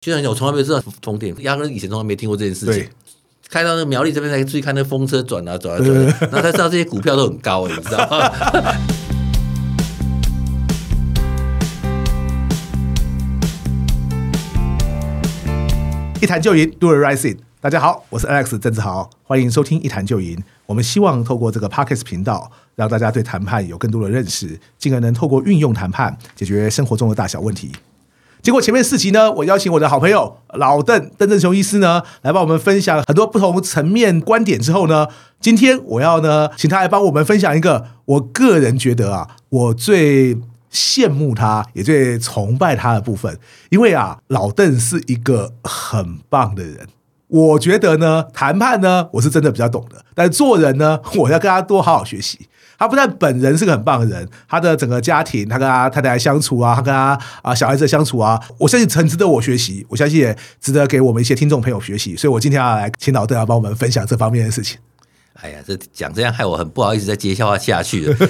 居然有，我从来没有知道风电，压根以前从来没听过这件事情对。开到那个苗栗这边才注意看那风车转啊转啊转啊， 然后才知道这些股票都很高、欸，你知道吗？ 一谈就赢，Do it rising。大家好，我是 Alex 郑志豪，欢迎收听一谈就赢。我们希望透过这个 Pockets 频道，让大家对谈判有更多的认识，进而能透过运用谈判解决生活中的大小问题。结果前面四集呢，我邀请我的好朋友老邓邓正雄医师呢，来帮我们分享很多不同层面观点之后呢，今天我要呢，请他来帮我们分享一个我个人觉得啊，我最羡慕他，也最崇拜他的部分，因为啊，老邓是一个很棒的人。我觉得呢，谈判呢，我是真的比较懂的，但做人呢，我要跟他多好好学习。他不但本人是个很棒的人，他的整个家庭，他跟他太太相处啊，他跟他啊小孩子的相处啊，我相信很值得我学习，我相信也值得给我们一些听众朋友学习。所以我今天要来请老邓来帮我们分享这方面 的事情。哎呀，这讲这样害我很不好意思再接笑话下去了。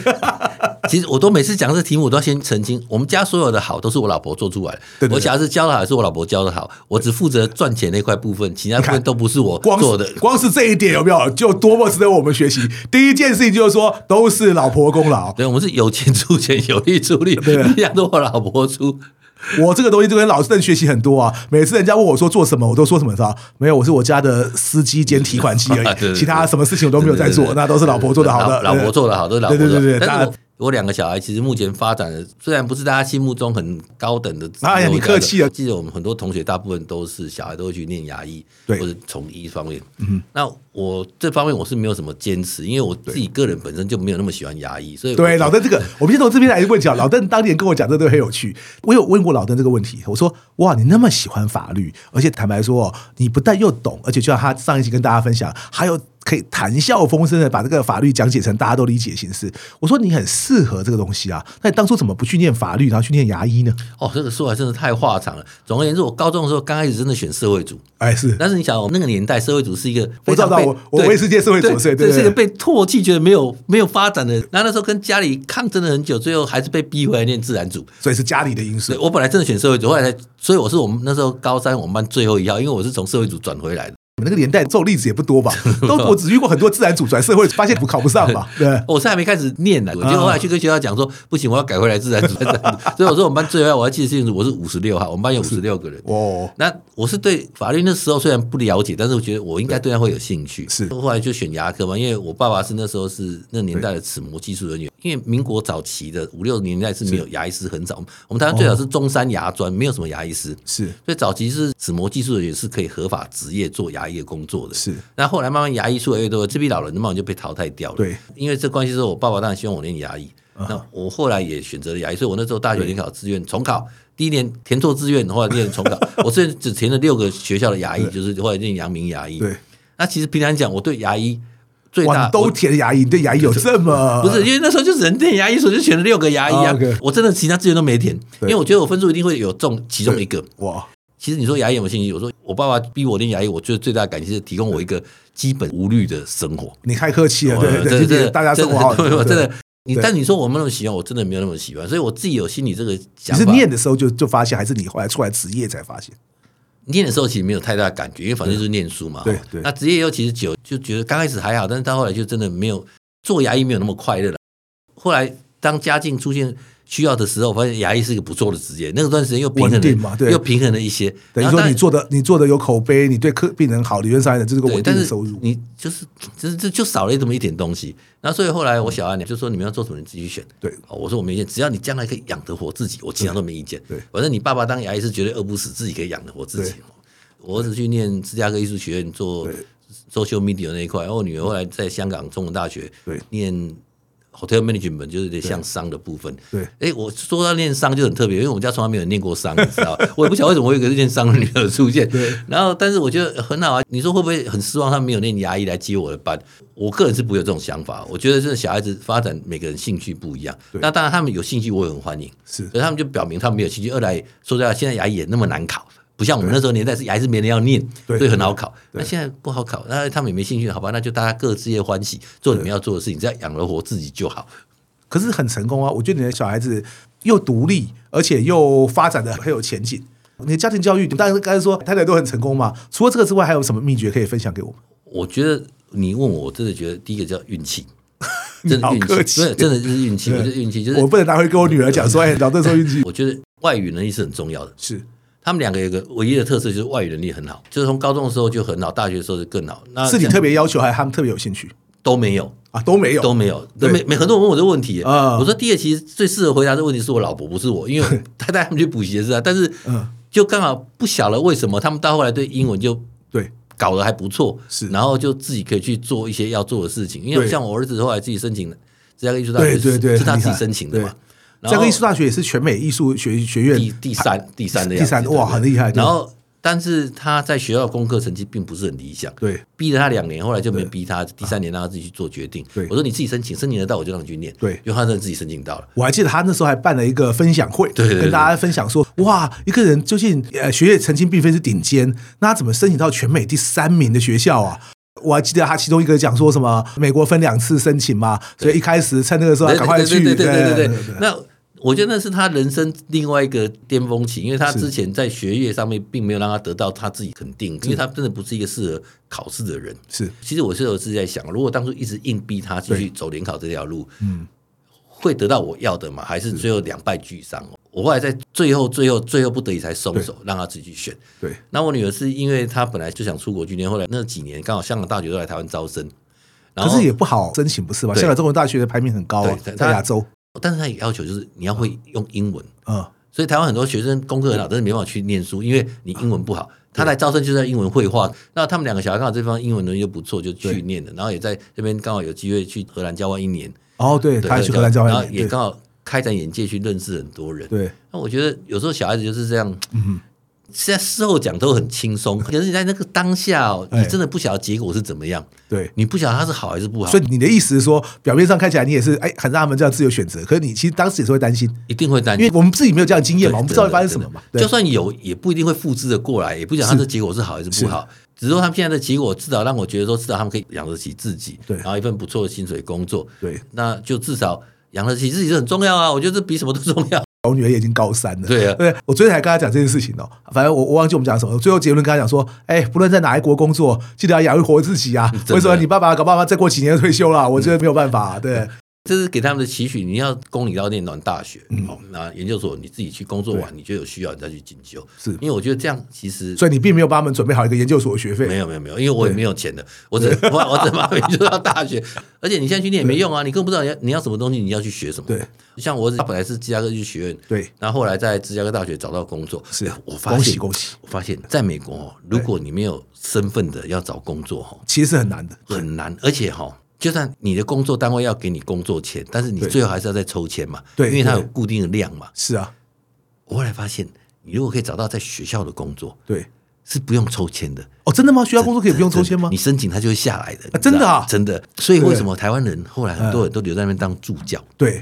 其实我都每次讲这题目，我都要先澄清，我们家所有的好都是我老婆做出来的。对对对我小孩子教的好，也是我老婆教的好，我只负责赚钱那块部分，其他部分都不是我光做的是。光是这一点有没有就多么值得我们学习？第一件事情就是说，都是老婆功劳。对，我们是有钱出钱，有力出力，对啊力量都我老婆出。我这个东西就跟老邓学习很多啊。每次人家问我说做什么，我都说什么啥，没有，我是我家的司机兼提款机而 对对已，对其他什么事情我都没有在对做，对对那都是老婆做的好的，老老婆做的好，都是老婆做的好。对对对对但是大我我两个小孩其实目前发展的虽然不是大家心目中很高等的，哎呀你客气了记得我们很多同学大部分都是小孩都会去念牙医，对或者从医方面。嗯，那我这方面我是没有什么坚持，因为我自己个人本身就没有那么喜欢牙医，所以我对，老邓这个，我们先从这边来问啊讲。老邓当年跟我讲这个都很有趣，我有问过老邓这个问题，我说：“哇，你那么喜欢法律，而且坦白说，哦你不但又懂，而且就像他上一集跟大家分享，还有可以谈笑风生的把这个法律讲解成大家都理解的形式。”我说：“你很适合这个东西啊，那你当初怎么不去念法律，然后去念牙医呢哦，这个说来真的太话长了。总而言之，我高中的时候刚开始真的选社会组。？”哎，是但是你想哦，那个年代社会主义是一个我非知道常被，我我对我也是念社会主义对对对这是一个对被唾弃，觉得没有没有发展的。然后那时候跟家里抗争了很久，最后还是被逼回来念自然组。所以是家里的因对，素。我本来真的选社会组，后来才，所以我是我们那时候高三我们班最后一号，因为我是从社会组转回来的。你们那个年代这种例子也不多 吧？都我只遇过很多自然组转社会，发现不考不上 嘛。对，我是还没开始念啊呢，我就后来去跟学校讲说，不行，我要改回来自然组。自然组所以我说我们班最后一号，我还记得清楚，我是五十六号，我们班有五十六个人。哦，那我是对法律那时候虽然不了解，但是我觉得我应该对它会有兴趣。是后来就选牙科嘛，因为我爸爸是那时候是那年代的齿模技术人员。因为民国早期的五六年代是没有牙医师，很早。我们台湾最早是中山牙专，没有什么牙医师，是所以早期是齿模技术人员是可以合法职业做牙医的工作的。是，那后来慢慢牙医出来越多，这批老人的慢慢就被淘汰掉了。对，啊因为这关系之后，我爸爸当然希望我念牙医。那我后来也选择了牙医，所以我那时候大学联考志愿重考，第一年填错志愿，后来念重 考。我之前只填了六个学校的牙医，就是后来念阳明牙医。对，那其实平常讲，我对牙医最哇，大你都我填牙医，你对牙医有这么不是，因为那时候就是人念牙医，所以就选了六个牙医啊。哦，OK 我真的其他志愿都没填，因对为我觉得我分数一定会有中其中一个。哇？其实你说牙医有没有兴趣？我说我爸爸逼我念牙医，我觉得最大的感谢是提供我一个基本无虑的生活。你太客气了，对真对的对，真呃大家生活好，的真的真的。你对但你说我没那么喜欢，我真的没有那么喜欢，所以我自己有心里这个你想法。是念的时候就就发现，还是你后来出来职业才发现？念的时候其实没有太大的感觉，因为反正就是念书嘛。对哈对那职业以后其实久就觉得刚开始还好，但是到后来就真的没有做牙医没有那么快乐了。后来当家境出现需要的时候，发现牙医是一个不错的职业，那段时间又平衡稳定嘛了，对又平衡了一些。等然于后说但你做的你做的有口碑，你对客病人好，理论上来讲，这是个对，稳但定是的收入。你就是就是这就少了这么一点东西。然后所以后来我小阿娘就说：“你们要做什么，你自己选。”对哦我说我没意见，只要你将来可以养得活自己，我其他都没意见。对对反正你爸爸当牙医是绝对饿不死，自己可以养得活自己对。我儿子去念芝加哥艺术学院做 social media 那一块，然后我女儿后来在香港中文大学对念 hotel management，就是有点像商的部分。对哎，我说到念商就很特别，因为我们家从来没有念过商，你知道， 我也不晓得为什么会有一个念商的女儿出现。对，然后但是我觉得很好啊。你说会不会很失望？他没有念牙医来接我的班？我个人是不会有这种想法。我觉得这小孩子发展每个人兴趣不一样，那当然他们有兴趣，我也很欢迎。是所以他们就表明他们没有兴趣。二来说实在，现在牙医也那么难考。不像我们那时候年代是牙医是没人要念，对所以很好考。那现在不好考，那他们也没兴趣，好吧？那就大家各自业欢喜，做你们要做的事情，只要养得活自己就好。可是很成功啊！我觉得你的小孩子又独立，而且又发展的很有前景。你的家庭教育，你当然刚才说太太都很成功嘛。除了这个之外，还有什么秘诀可以分享给我们？我觉得你问我，我真的觉得第一个叫运 气，真的好运客气，气真的真的就是运气，我觉得运气就是我不能拿回跟我女儿讲说，哎，你到这时候运气我觉得外语能力是很重要的。是他们两个有一个唯一的特色就是外语能力很好，就是从高中的时候就很好，大学的时候就更好。那是你像特别要求，还是他们特别有兴趣都没有，啊？都没有，都没有，对都没没很多人问我这个问题耶。啊我说第二其实最适合回答这个问题是我老婆，不是我，因为我她 带他们去补习的是啊，但是嗯就刚好不晓得为什么他们到后来对英文就对，搞得还不错，是然后就自己可以去做一些要做的事情。因为对像我儿子后来自己申请的芝加哥艺术大学对是，对对是他很厉自己害申请的嘛。然这后个艺术大学也是全美艺术学学院第第三第三的第三样子哇对很厉害对然后，但是他在学校的功课成绩并不是很理想，对逼了他两年，后来就没逼他，第三年让他自己去做决定对。我说你自己申请，申请得到我就让你去念。对因为他真的自己申请到了。我还记得他那时候还办了一个分享会，对对对跟大家分享说，哇，一个人究竟呃学业成绩并非是顶尖，那他怎么申请到全美第三名的学校啊？我还记得他其中一个讲说什么，美国分两次申请嘛，所以一开始趁那个时候对啊赶快去，对对对对对对那我觉得那是他人生另外一个巅峰期，因为他是之前在学业上面并没有让他得到他自己肯定，因为他真的不是一个适合考试的人。是其实我是有自己在想，如果当初一直硬逼他继续走联考这条路，嗯，会得到我要的吗？还是最后两败俱伤？我后来在最后、最后、最后不得已才松手，让他自己去选。对那我女儿是因为她本来就想出国去念，后来那几年刚好香港大学都来台湾招生，然可后是也不好申请，不是吧？对香港中文大学的排名很高啊对，在亚洲，但是她也要求就是你要会用英文，嗯，所以台湾很多学生功课很好，但是没办法去念书，因为你英文不好。他来招生就是要英文绘画，那他们两个小孩刚好这方英文能力又不错，就去念了，然后也在这边刚好有机会去荷兰交换一年，哦，对，对他还去荷兰交然换后一也年，对刚好开展眼界去认识很多人。对，嗯那我觉得有时候小孩子就是这样，现在事后讲都很轻松，可是你在那个当下哦，哎你真的不晓得结果是怎么样，对。你不晓得他是好还是不好所，以你的意思是说，表面上看起来你也是哎，很让他们这样自由选择，可是你其实当时也是会担心，一定会担因心为。我们自己没有这样的经验嘛，我们不知道会对发生什么嘛。真的就对算有，也不一定会复制的过来，也不讲他的结果是好还是不好。只是说他们现在的结果，至少让我觉得说，至少他们可以养得起自己，对然后一份不错的薪水工作，对，那就至少养得起自己是很重要啊。我觉得这比什么都重 要。我哦女儿也已经高三了。对啊对我昨天还跟她讲这件事情哦，反正我我忘记我们讲什么，最后结论跟她讲说，哎，不论在哪一国工作，记得要养活自己啊嗯真。的嗯为什么你爸爸搞爸妈再过几年就退休了？我觉得没有办法、对，这是给他们的期许。你要供你到念完大学，嗯哦，那研究所你自己去工作完，你觉得有需要，你再去进修。是因为我觉得这样其实所以你并没有帮他们准备好一个研究所的学费。没有没有没有，因为我也没有钱的，我只 我我只把研究到大 学，而且你现在去念也没用啊，你更不知道你要你要什么东西，你要去学什么。对，像我儿子他本来是芝加哥医学院，对，然后后来在芝加哥大学找到工作，是啊哎我发现恭喜恭喜，我发现在美国哦，如果你没有身份的要找工作哦，其实是很难的。很难，而且哈、就算你的工作单位要给你工作钱，但是你对最后还是要再抽签嘛，对因为它有对固定的量嘛。是啊，我后来发现，你如果可以找到在学校的工作，对。是不用抽签的。哦，真的吗？学校工作可以不用抽签吗你？申请它就会下来的，你知道真的啊真的。所以为什么台湾人后来很多人都留在那边当助教？对，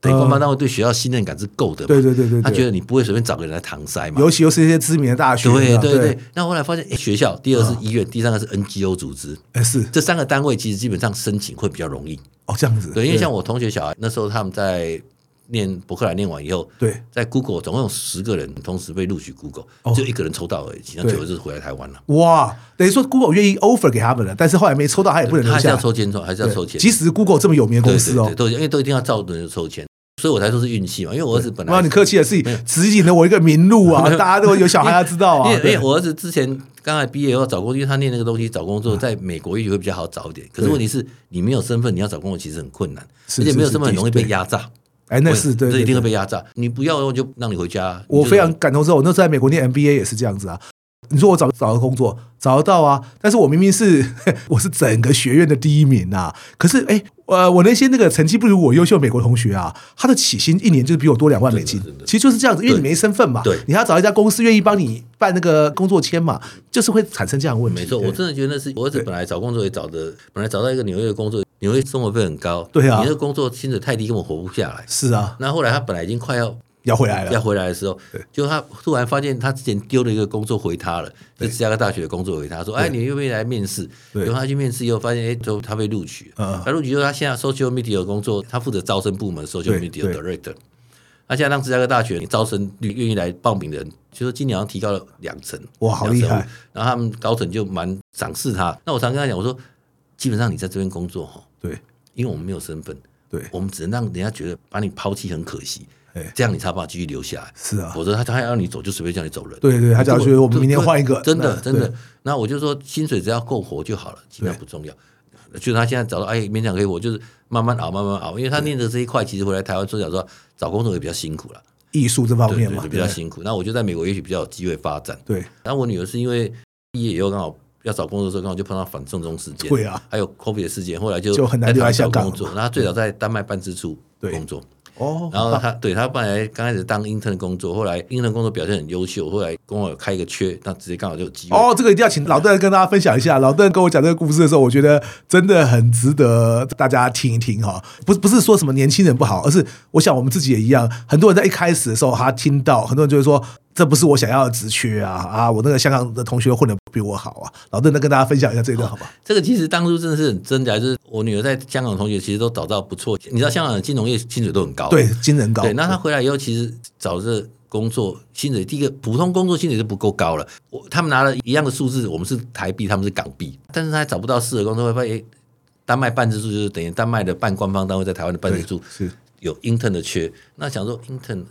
对，嗯官方单位对学校信任感是够的嘛？对对对对对他觉得你不会随便找个人来搪塞嘛？尤其又是一些知名的大学。对啊对对。，那后来发现，诶学校第二嗯是医院，第三个是 NGO 组织，哎，是这三个单位其实基本上申请会比较容易。哦，这样子。对，因为像我同学小孩那时候他们在念伯克莱念完以后，对在 Google 总共有十个人同时被录取 Google，哦只有一个人抽到而已，那对九个就是回来台湾了。哇，等于说 Google 愿意 offer 给他们了，但是后来没抽到，他也不能他留还是下要来。抽签抽，还是要对抽签。即使 Google 这么有名的对公司哦对对，都因为都一定要照人抽签，所以我才说是运气嘛。因为我儿子本哇，来你客气了，自己指引了我一个明路啊！大家都有小孩要知道 因啊为，因为我儿子之前刚才毕业以后找工作，因为他念那个东西找工作，在美国也许会比较好找一点。可是嗯对问题是，你没有身份，你要找工作其实很困难，是而且没有是身份是很容易被对压榨。哎，那是对，这对一定会对被压榨。你不要我就让你回家。你我就非常感同身受。我那时候在美国念 MBA 也是这样子啊。你说我找找个工作找得到啊，但是我明明是 我是整个学院的第一名啊，可是哎，呃，我那些那个成绩不如我优秀的美国同学啊，他的起薪一年就是比我多两万美金对对，对其实就是这样子，因为你对没身份嘛，对你还要找一家公司愿意帮你办那个工作签嘛，就是会产生这样的问题。没错，对我真的觉得那是我儿子对本来找工作也找的，本来找到一个纽约的工作，纽约生活费很高，对啊你那工作薪水太低，根本活不下来。是啊，那后来他本来已经快要要回来了要，回来的时候哎对，就他突然发现他之前丢了一个工作回他了，就芝加哥大学的工作回他说：“哎，你愿不愿意来面试？”对然后他去面试以后发现，哎，最后他被录取嗯嗯了。他录取以后，他现在 social media 的工作，他负责招生部门 social 对 media 对 director。那现在让芝加哥大学你招生率愿意来报名的人，就说今年好像提高了两成，哇好厉害两成五！然后他们高层就蛮赏识他。那我常跟他讲，我说基本上你在这边工作哈，对因为我们没有身份，对，我们只能让人家觉得把你抛弃很可惜哎，这样你才把继续留下来。是啊，否则他他要你走就随便叫你走人。对对，他只要觉得我们明天换一个，真的那真的对。那我就说薪水只要够活就好了，其他对不重要。就是他现在找到哎勉强可以活，就是慢慢熬慢慢熬，因为他念的这一块其实回来台湾说讲说找工作也比较辛苦了，艺术这方对面对嘛，对，比对较辛苦。那我就在美国也许比较有机会发展。对但我女儿是因为毕业以后刚好要找工作的时候，刚好就碰到反送中事件，对啊，还有 COVID 的事件，后来就就很难在留在台湾找香港工作。那她最早在丹麦办事处对工作，哦，然后他对他本来刚开始当 intern 工作，后来 intern 工作表现很优秀，后来跟我有开一个缺，那直接刚好就有机会。哦，这个一定要请老邓跟大家分享一下。老邓跟我讲这个故事的时候，我觉得真的很值得大家听一听哈。不是不是说什么年轻人不好，而是我想我们自己也一样。很多人在一开始的时候，他听到很多人就会说。这不是我想要的职缺啊！啊，我那个香港的同学混的比我好啊！老邓，能跟大家分享一下这一段好吧？这个其实当初真的是很挣扎，就是我女儿在香港的同学其实都找到不错，你知道香港的金融业薪水都很高，对，惊人高。对，那她回来以后其实找这工作薪水，第一个普通工作薪水就不够高了，我他们拿了一样的数字，我们是台币，他们是港币，但是她还找不到适合工作，会发现诶哎丹麦办事处就是等于丹麦的半官方单位在台湾的办事处是有 intern 的缺，那想说 intern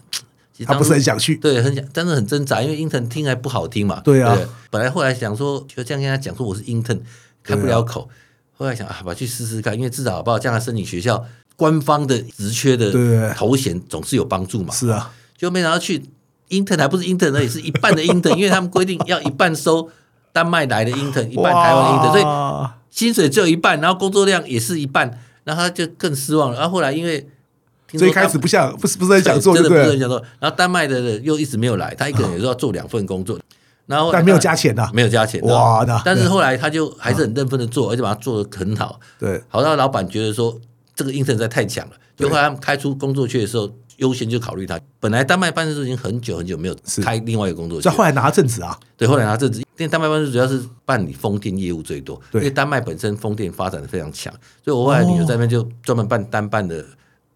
其实他当不初是很想去，对，很想，但是很挣扎，因为 intern 听来不好听嘛。对啊不本来后来想说，就这样跟他讲说我是 intern，开不了口。后来想啊，把去试试看，因为至少好不好，将来申请学校官方的职缺对的头衔总是有帮助嘛。是啊，就没想到去 intern 还不是 intern 而已，是一半的 intern，因为他们规定要一半收丹麦来的 intern，一半台湾的 intern，所以以薪水只有一半，然后工作量也是一半，然后他就更失望了。然后后来因为听所说以一开他始不想，不是不是很想做，真的对不不是很对？想做。然后丹麦的人又一直没有来，他一个人有时候要做两份工作，然后呃但没有加钱呐。没有加钱，哇那但是后来他就还是很认真的做，而且把它做得很好，对，好到老板觉得说这个 intern 实在太强了，对就后来他们开出工作缺的时候，优先就考虑他。本来丹麦办事处已经很久很久没有是开另外一个工作缺所以，后来拿正职啊，对，后来他这只，因为丹麦办事主要是办理风电业务最多，对因为丹麦本身风电发展的非常强，所以我后来女儿在那边就专门办单办的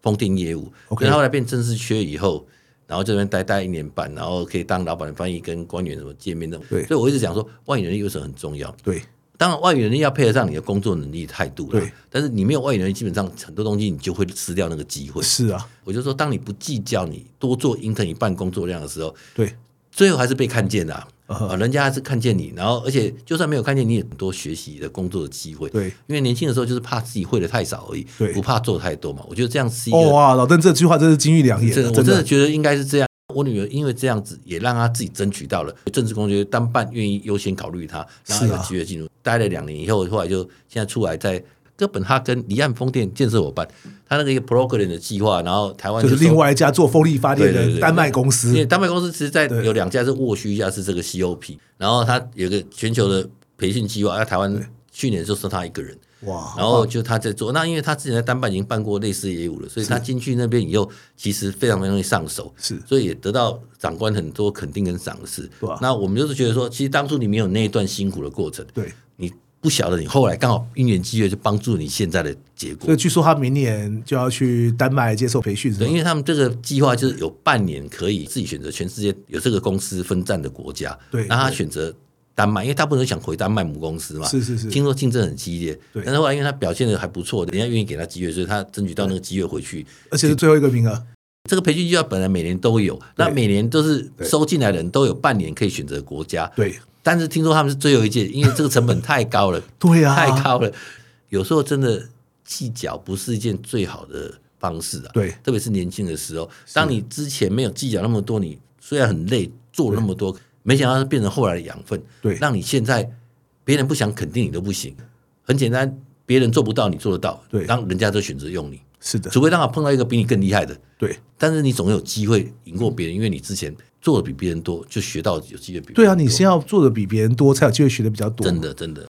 风电业务，哦 OK 然后后来变正式缺以后。然后这边待待一年半，然后可以当老板的翻译，跟官员什么见面的。对所以我一直讲说，外语能力为什么很重要？对，当然，外语能力要配得上你的工作能力态度啦对。但是你没有外语能力，基本上很多东西你就会失掉那个机会。是啊，我就说，当你不计较你多做 intern 一半工作量的时候，对，最后还是被看见的啊、啊嗯哼人家还是看见你，然后而且就算没有看见你，也很多学习的工作的机会。对，因为年轻的时候就是怕自己会的太少而已，对不怕做太多嘛。我觉得这样是一哦个，哇，老邓这句话真是金玉良言，啊真的，我真真的的觉得应该是这样。我女儿因为这样子，也让她自己争取到了政治公爵当办，愿意优先考虑她，让她是有啊机会进入。待了两年以后，后来就现在出来在。哥本哈根离岸风电建设伙伴，他那个一个 program 的计划，然后台湾就是收另外一家做风力发电对对的对丹麦公因为司，丹麦公司其实在对有两家是沃区，一家是这个 COP，然后它有个全球的培训计划，啊那台湾去年就剩他一个人，哇，然后就他在做。那因为他之前在丹麦已经办过类似业务了，所以他进去那边以后，其实非常非常容易上手，是所以也得到长官很多肯定跟赏识对啊。那我们就是觉得说，其实当初你没有那一段辛苦的过程，对，你不晓得你后来刚好因缘机会就帮助你现在的结果所以。据说他明年就要去丹麦接受培训，是对，因吧？为他们这个计划就是有半年可以自己选择全世界有这个公司分站的国家，对那他对选择丹麦，因为大部分人想回丹麦母公司嘛，是是是听说竞争很激烈，对但是后来因为他表现的还不错，人家愿意给他机会，所以他争取到那个机会回去。而且是最后一个名额，这个培训计划本来每年都有，那每年都是对收进来的人都有半年可以选择国家，对但是听说他们是最后一届，因为这个成本太高了，对 啊，太高了。有时候真的计较不是一件最好的方式啊。对特别是年轻的时候，当你之前没有计较那么多，你虽然很累，做了那么多，没想到变成后来的养分，对让你现在别人不想肯定你都不行。很简单，别人做不到，你做得到，对让人家都选择用你，是的，除非刚好碰到一个比你更厉害的。对但是你总有机会赢过别人，因为你之前做的比别人多，就学到有机会比别人对啊，你多先要做的比别人多，才有机会学的比较多，真的真的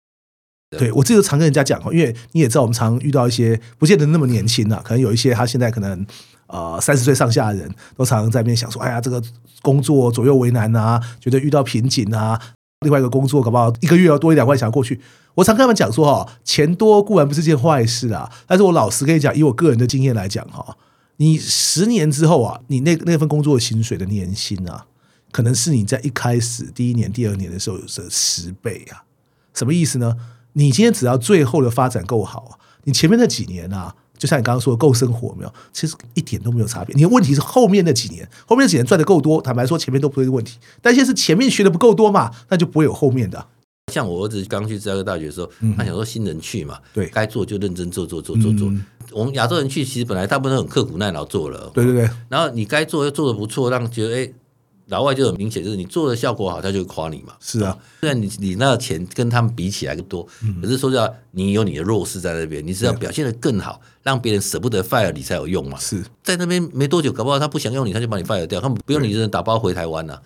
对我自己都常跟人家讲哦，因为你也知道，我们常遇到一些不见得那么年轻啊，可能有一些他现在可能呃三十岁上下的人，都常常在那边想说，哎呀，这个工作左右为难啊，觉得遇到瓶颈啊。另外一个工作搞不好一个月要多一两万想要过去，我常跟他们讲说哦，钱多固然不是件坏事啊，但是我老实跟你讲，以我个人的经验来讲哈、你十年之后啊，你那那份工作的薪水的年薪啊，可能是你在一开始第一年、第二年的时候的十倍啊。什么意思呢？你今天只要最后的发展够好啊，你前面那几年啊，就像你刚刚说的够生活没有，其实一点都没有差别。你的问题是后面那几年，后面那几年赚的够多，坦白说前面都不是一个问题，但现在是前面学的不够多嘛，那就不会有后面的啊。像我儿子刚去芝加哥大学的时候，他想说新人去嘛，嗯对嗯该做就认真做做做做做。我们亚洲人去，其实本来大部分都很刻苦耐劳做了，对对对，然后你该做又做的不错，让觉得哎、老外就很明显，就是你做的效果好，他就会夸你嘛。是啊，虽然你你那个钱跟他们比起来多，可是说实话，你有你的弱势在那边，你只要表现的更好，让别人舍不得 fire 你才有用嘛。是在那边没多久，搞不好他不想用你，他就把你 fire 掉，他们不用你这人打包回台湾了、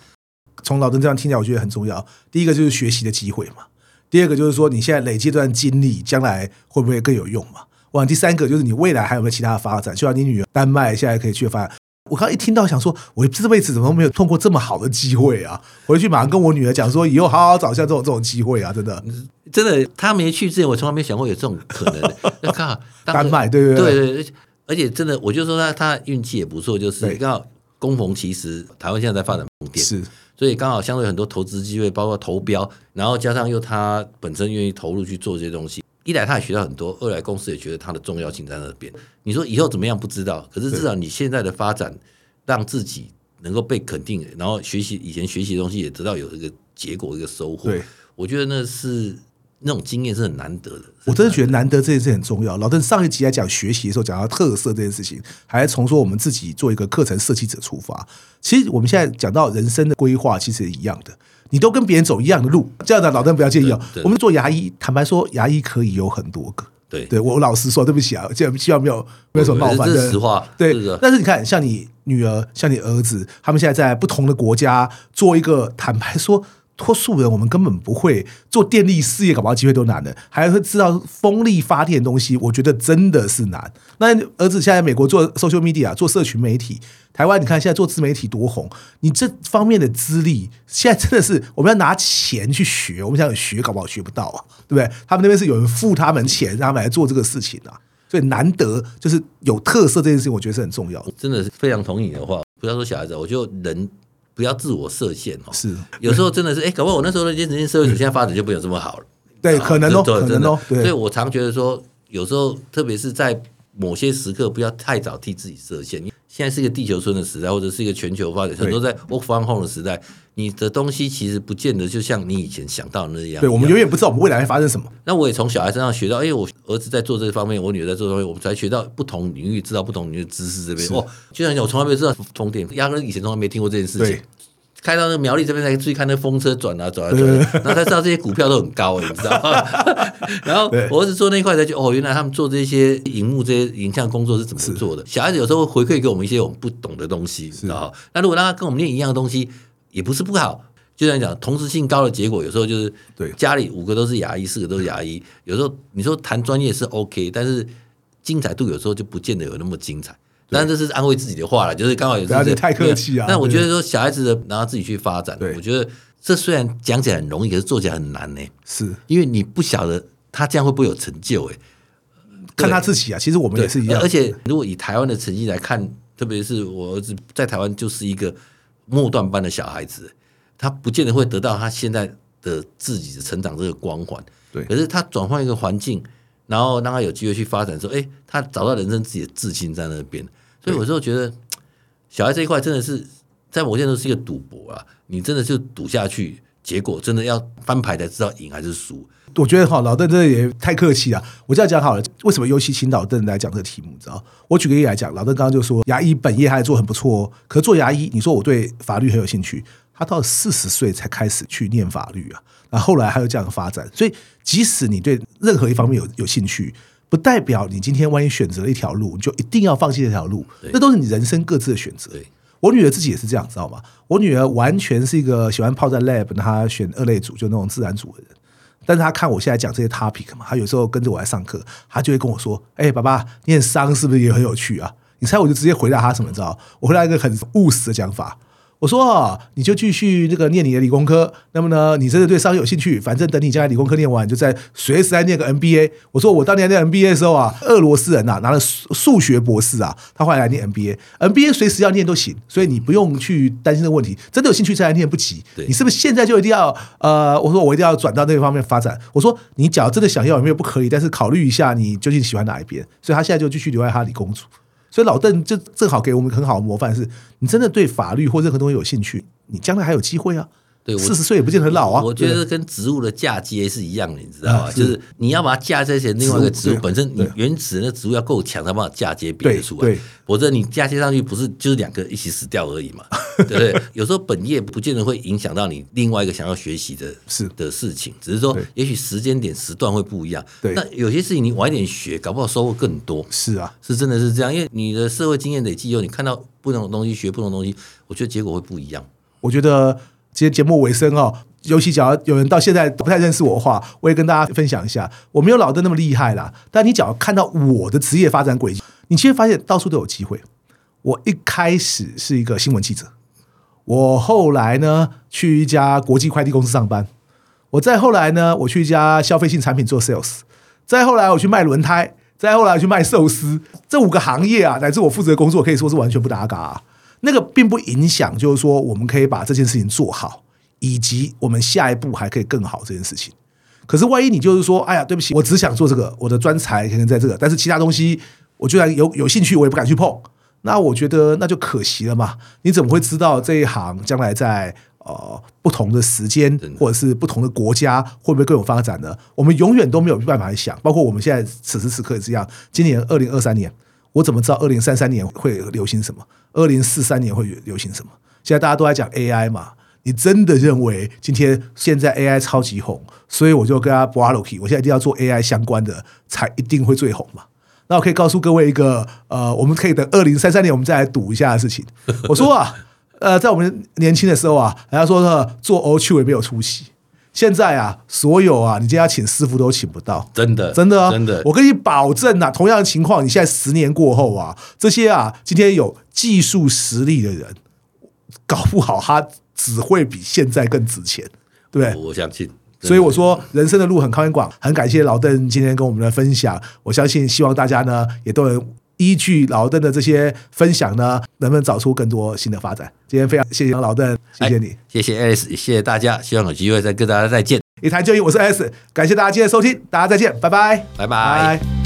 从老邓这样听起来，我觉得很重要。第一个就是学习的机会嘛，第二个就是说你现在累积这段经历，将来会不会更有用嘛？我想第三个就是你未来还有没有其他的发展，就像你女儿丹麦现在可以去发展。我刚一听到想说，我这辈子怎么都没有碰过这么好的机会啊！回去马上跟我女儿讲说，以后好好找一下这种这种机会啊！真的，真的，他没去之前，我从来没想过有这种可能。那刚好当时丹麦对对对对对对，而且真的，我就说他他运气也不错，就是对刚好工棚其实台湾现在在发展棚店，是所以刚好相对很多投资机会，包括投标，然后加上又他本身愿意投入去做这些东西。一来他也学到很多，二来公司也觉得它的重要性在那边。你说以后怎么样不知道，可是至少你现在的发展，让自己能够被肯定，然后学习以前学习的东西也得到有一个结果，一个收获。对。我觉得那是那种经验是很难得的。我真的觉得难得这件事很重要。老邓上一集在讲学习的时候，讲到特色这件事情，还从说我们自己做一个课程设计者出发。其实我们现在讲到人生的规划，其实也一样的，你都跟别人走一样的路。这样的老邓不要介意哦对。对我们做牙医，坦白说，牙医可以有很多个。对对我老实说，对不起啊，这样希望没有没有什么冒犯。这对是实话，对是，的，但是你看，像你女儿、像你儿子，他们现在在不同的国家做一个，坦白说，脱素人我们根本不会做电力事业，搞不好机会都难的，还会知道风力发电的东西，我觉得真的是难。那儿子现在在美国做 social media，做社群媒体，台湾你看现在做自媒体多红，你这方面的资历，现在真的是我们要拿钱去学，我们想学，搞不好学不到啊，对不对？他们那边是有人付他们钱，让他们来做这个事情啊。所以难得就是有特色这件事情，我觉得是很重要的。真的是非常同意你的话。不要说小孩子，我就人不要自我设限哦。是， 有时候真的是，哎、搞不好我那时候的精神性社会主义现在发展就没有这么好了。对，啊可能哦，真的可能哦，真的所以对，我常觉得说，有时候特别是在某些时刻，不要太早替自己设限。因为现在是一个地球村的时代，或者是一个全球发展，对很多在 work from home 的时代，你的东西其实不见得就像你以前想到的那样。对我们永远不知道我们未来会发生什么。那我也从小孩身上学到，哎、我儿子在做这方面，我女儿在做这方面，我们才学到不同领域，知道不同领域的知识这边。是哦，居然有我从来没有知道充电，压根以前从来没听过这件事情对。开到那个苗栗这边才注意看那风车转啊转啊转啊，然后才知道这些股票都很高、你知道 吗？然后对我儿子做那一块才觉得，哦，原来他们做这些荧幕、这些影像工作是怎么做的。小孩子有时候会回馈给我们一些我们不懂的东西，你知道吗？那如果让他跟我们念一样的东西，也不是不好。就像你讲，同时性高的结果，有时候就是对家里五个都是牙医，四个都是牙医。有时候你说谈专业是 OK，但是精彩度有时候就不见得有那么精彩。但这是安慰自己的话了，就是刚好有时候不要是太客气啊那我对觉得说小孩子的然后自己去发展对，我觉得这虽然讲起来很容易，可是做起来很难呢、是因为你不晓得他这样会不会有成就哎、看他自己啊，其实我们也是一样而。且如果以台湾的成绩来看，特别是我儿子在台湾就是一个末段班的小孩子，他不见得会得到他现在的自己的成长这个光环。对可是他转换一个环境，然后让他有机会去发展的时候，哎、他找到人生自己的自信在那边。所以有时候觉得，小孩这一块真的是在某些程度是一个赌博啊，你真的就赌下去，结果真的要翻牌才知道赢还是输。我觉得哈，老邓真的也太客气了。我这样讲好了，为什么尤其请老邓来讲这个题目？你知道，我举个例来讲，老邓刚刚就说牙医本业还做很不错哦，可是做牙医，你说我对法律很有兴趣，他到四十岁才开始去念法律啊，那后来还有这样的发展。所以，即使你对任何一方面有有兴趣，不代表你今天万一选择了一条路，你就一定要放弃这条路，那都是你人生各自的选择。对我女儿自己也是这样，知道吗？我女儿完全是一个喜欢泡在 lab，她选二类组，就那种自然组的人。但是她看我现在讲这些 topic 嘛，她有时候跟着我来上课，她就会跟我说：“哎、爸爸，念商是不是也很有趣啊？”你猜我就直接回答她什么？你知道？我回答一个很务实的讲法，我说啊，你就继续那个念你的理工科，那么呢，你真的对商业有兴趣，反正等你将来理工科念完，你就在随时在念个 MBA。我说我当年念 MBA 的时候啊，俄罗斯人呐、啊、拿了数数学博士啊，他后来来念 MBA，MBA 随时要念都行，所以你不用去担心这个问题，真的有兴趣再来念不急。对你是不是现在就一定要呃，我说我一定要转到那方面发展？我说你假如真的想要，有没有不可以？但是考虑一下你究竟喜欢哪一边。所以他现在就继续留在他理工组。所以老邓就正好给我们很好的模范是，你真的对法律或任何东西有兴趣，你将来还有机会啊。对我四十岁也不见得很老啊。我觉得跟植物的嫁接是一样的，你知道啊吗？是就是你要把它嫁接成另外一个植植物物本身，对你原始那植物要够强，才把它嫁接别的对出对来。否则你嫁接上去不是就是两个一起死掉而已 嘛？对不对？有时候本业不见得会影响到你另外一个想要学习的 是的事情，只是说对也许时间点时段会不一样。对那有些事情你晚一点学，搞不好收获更多。是啊，是真的是这样，因为你的社会经验累积以后，你看到不同的东西，学不同的东西，我觉得结果会不一样。我觉得今天节目尾声哦，尤其假如有人到现在不太认识我的话，我也跟大家分享一下，我没有老邓那么厉害啦，但你只要看到我的职业发展轨迹，你其实发现到处都有机会。我一开始是一个新闻记者，我后来呢去一家国际快递公司上班，我再后来呢，我去一家消费性产品做 sales，再后来我去卖轮胎，再后来我去卖寿司，这五个行业啊，乃至我负责的工作可以说是完全不搭嘎、啊。那个并不影响，就是说我们可以把这件事情做好，以及我们下一步还可以更好这件事情。可是万一你就是说，哎呀，对不起，我只想做这个，我的专才可能在这个，但是其他东西我居然有有兴趣，我也不敢去碰。那我觉得那就可惜了嗯嘛。你怎么会知道这一行将来在呃不同的时间真的或者是不同的国家会不会更有发展呢？我们永远都没有办法去想，包括我们现在此时此刻也是一样。今年二零二三年，我怎么知道二零三三年会流行什么？二零四三年会流行什么？现在大家都在讲 AI 嘛，你真的认为今天现在 AI 超级红，所以我就跟他 b r a l o k 我现在一定要做 AI 相关的，才一定会最红嘛？那我可以告诉各位一个，呃，我们可以等二零三三年我们再来赌一下的事情。我说啊，呃，在我们年轻的时候啊，人家说呢做 O 去也没有出息。现在啊，所有啊，你今天要请师傅都请不到，真的，真的啊，真的，我跟你保证啊，同样的情况，你现在十年过后啊，这些啊，今天有技术实力的人，搞不好他只会比现在更值钱，对不对？我我相信。哦真的所以我说，人生的路很宽很广，很感谢老邓今天跟我们的分享。我相信，希望大家呢也都能依据老邓的这些分享呢，能不能找出更多新的发展。今天非常谢谢老邓，谢谢你，谢谢 Alice，也谢谢大家，希望有机会再跟大家再见，一谈就赢，我是 S，感谢大家今天的收听，大家再见，拜拜，拜拜拜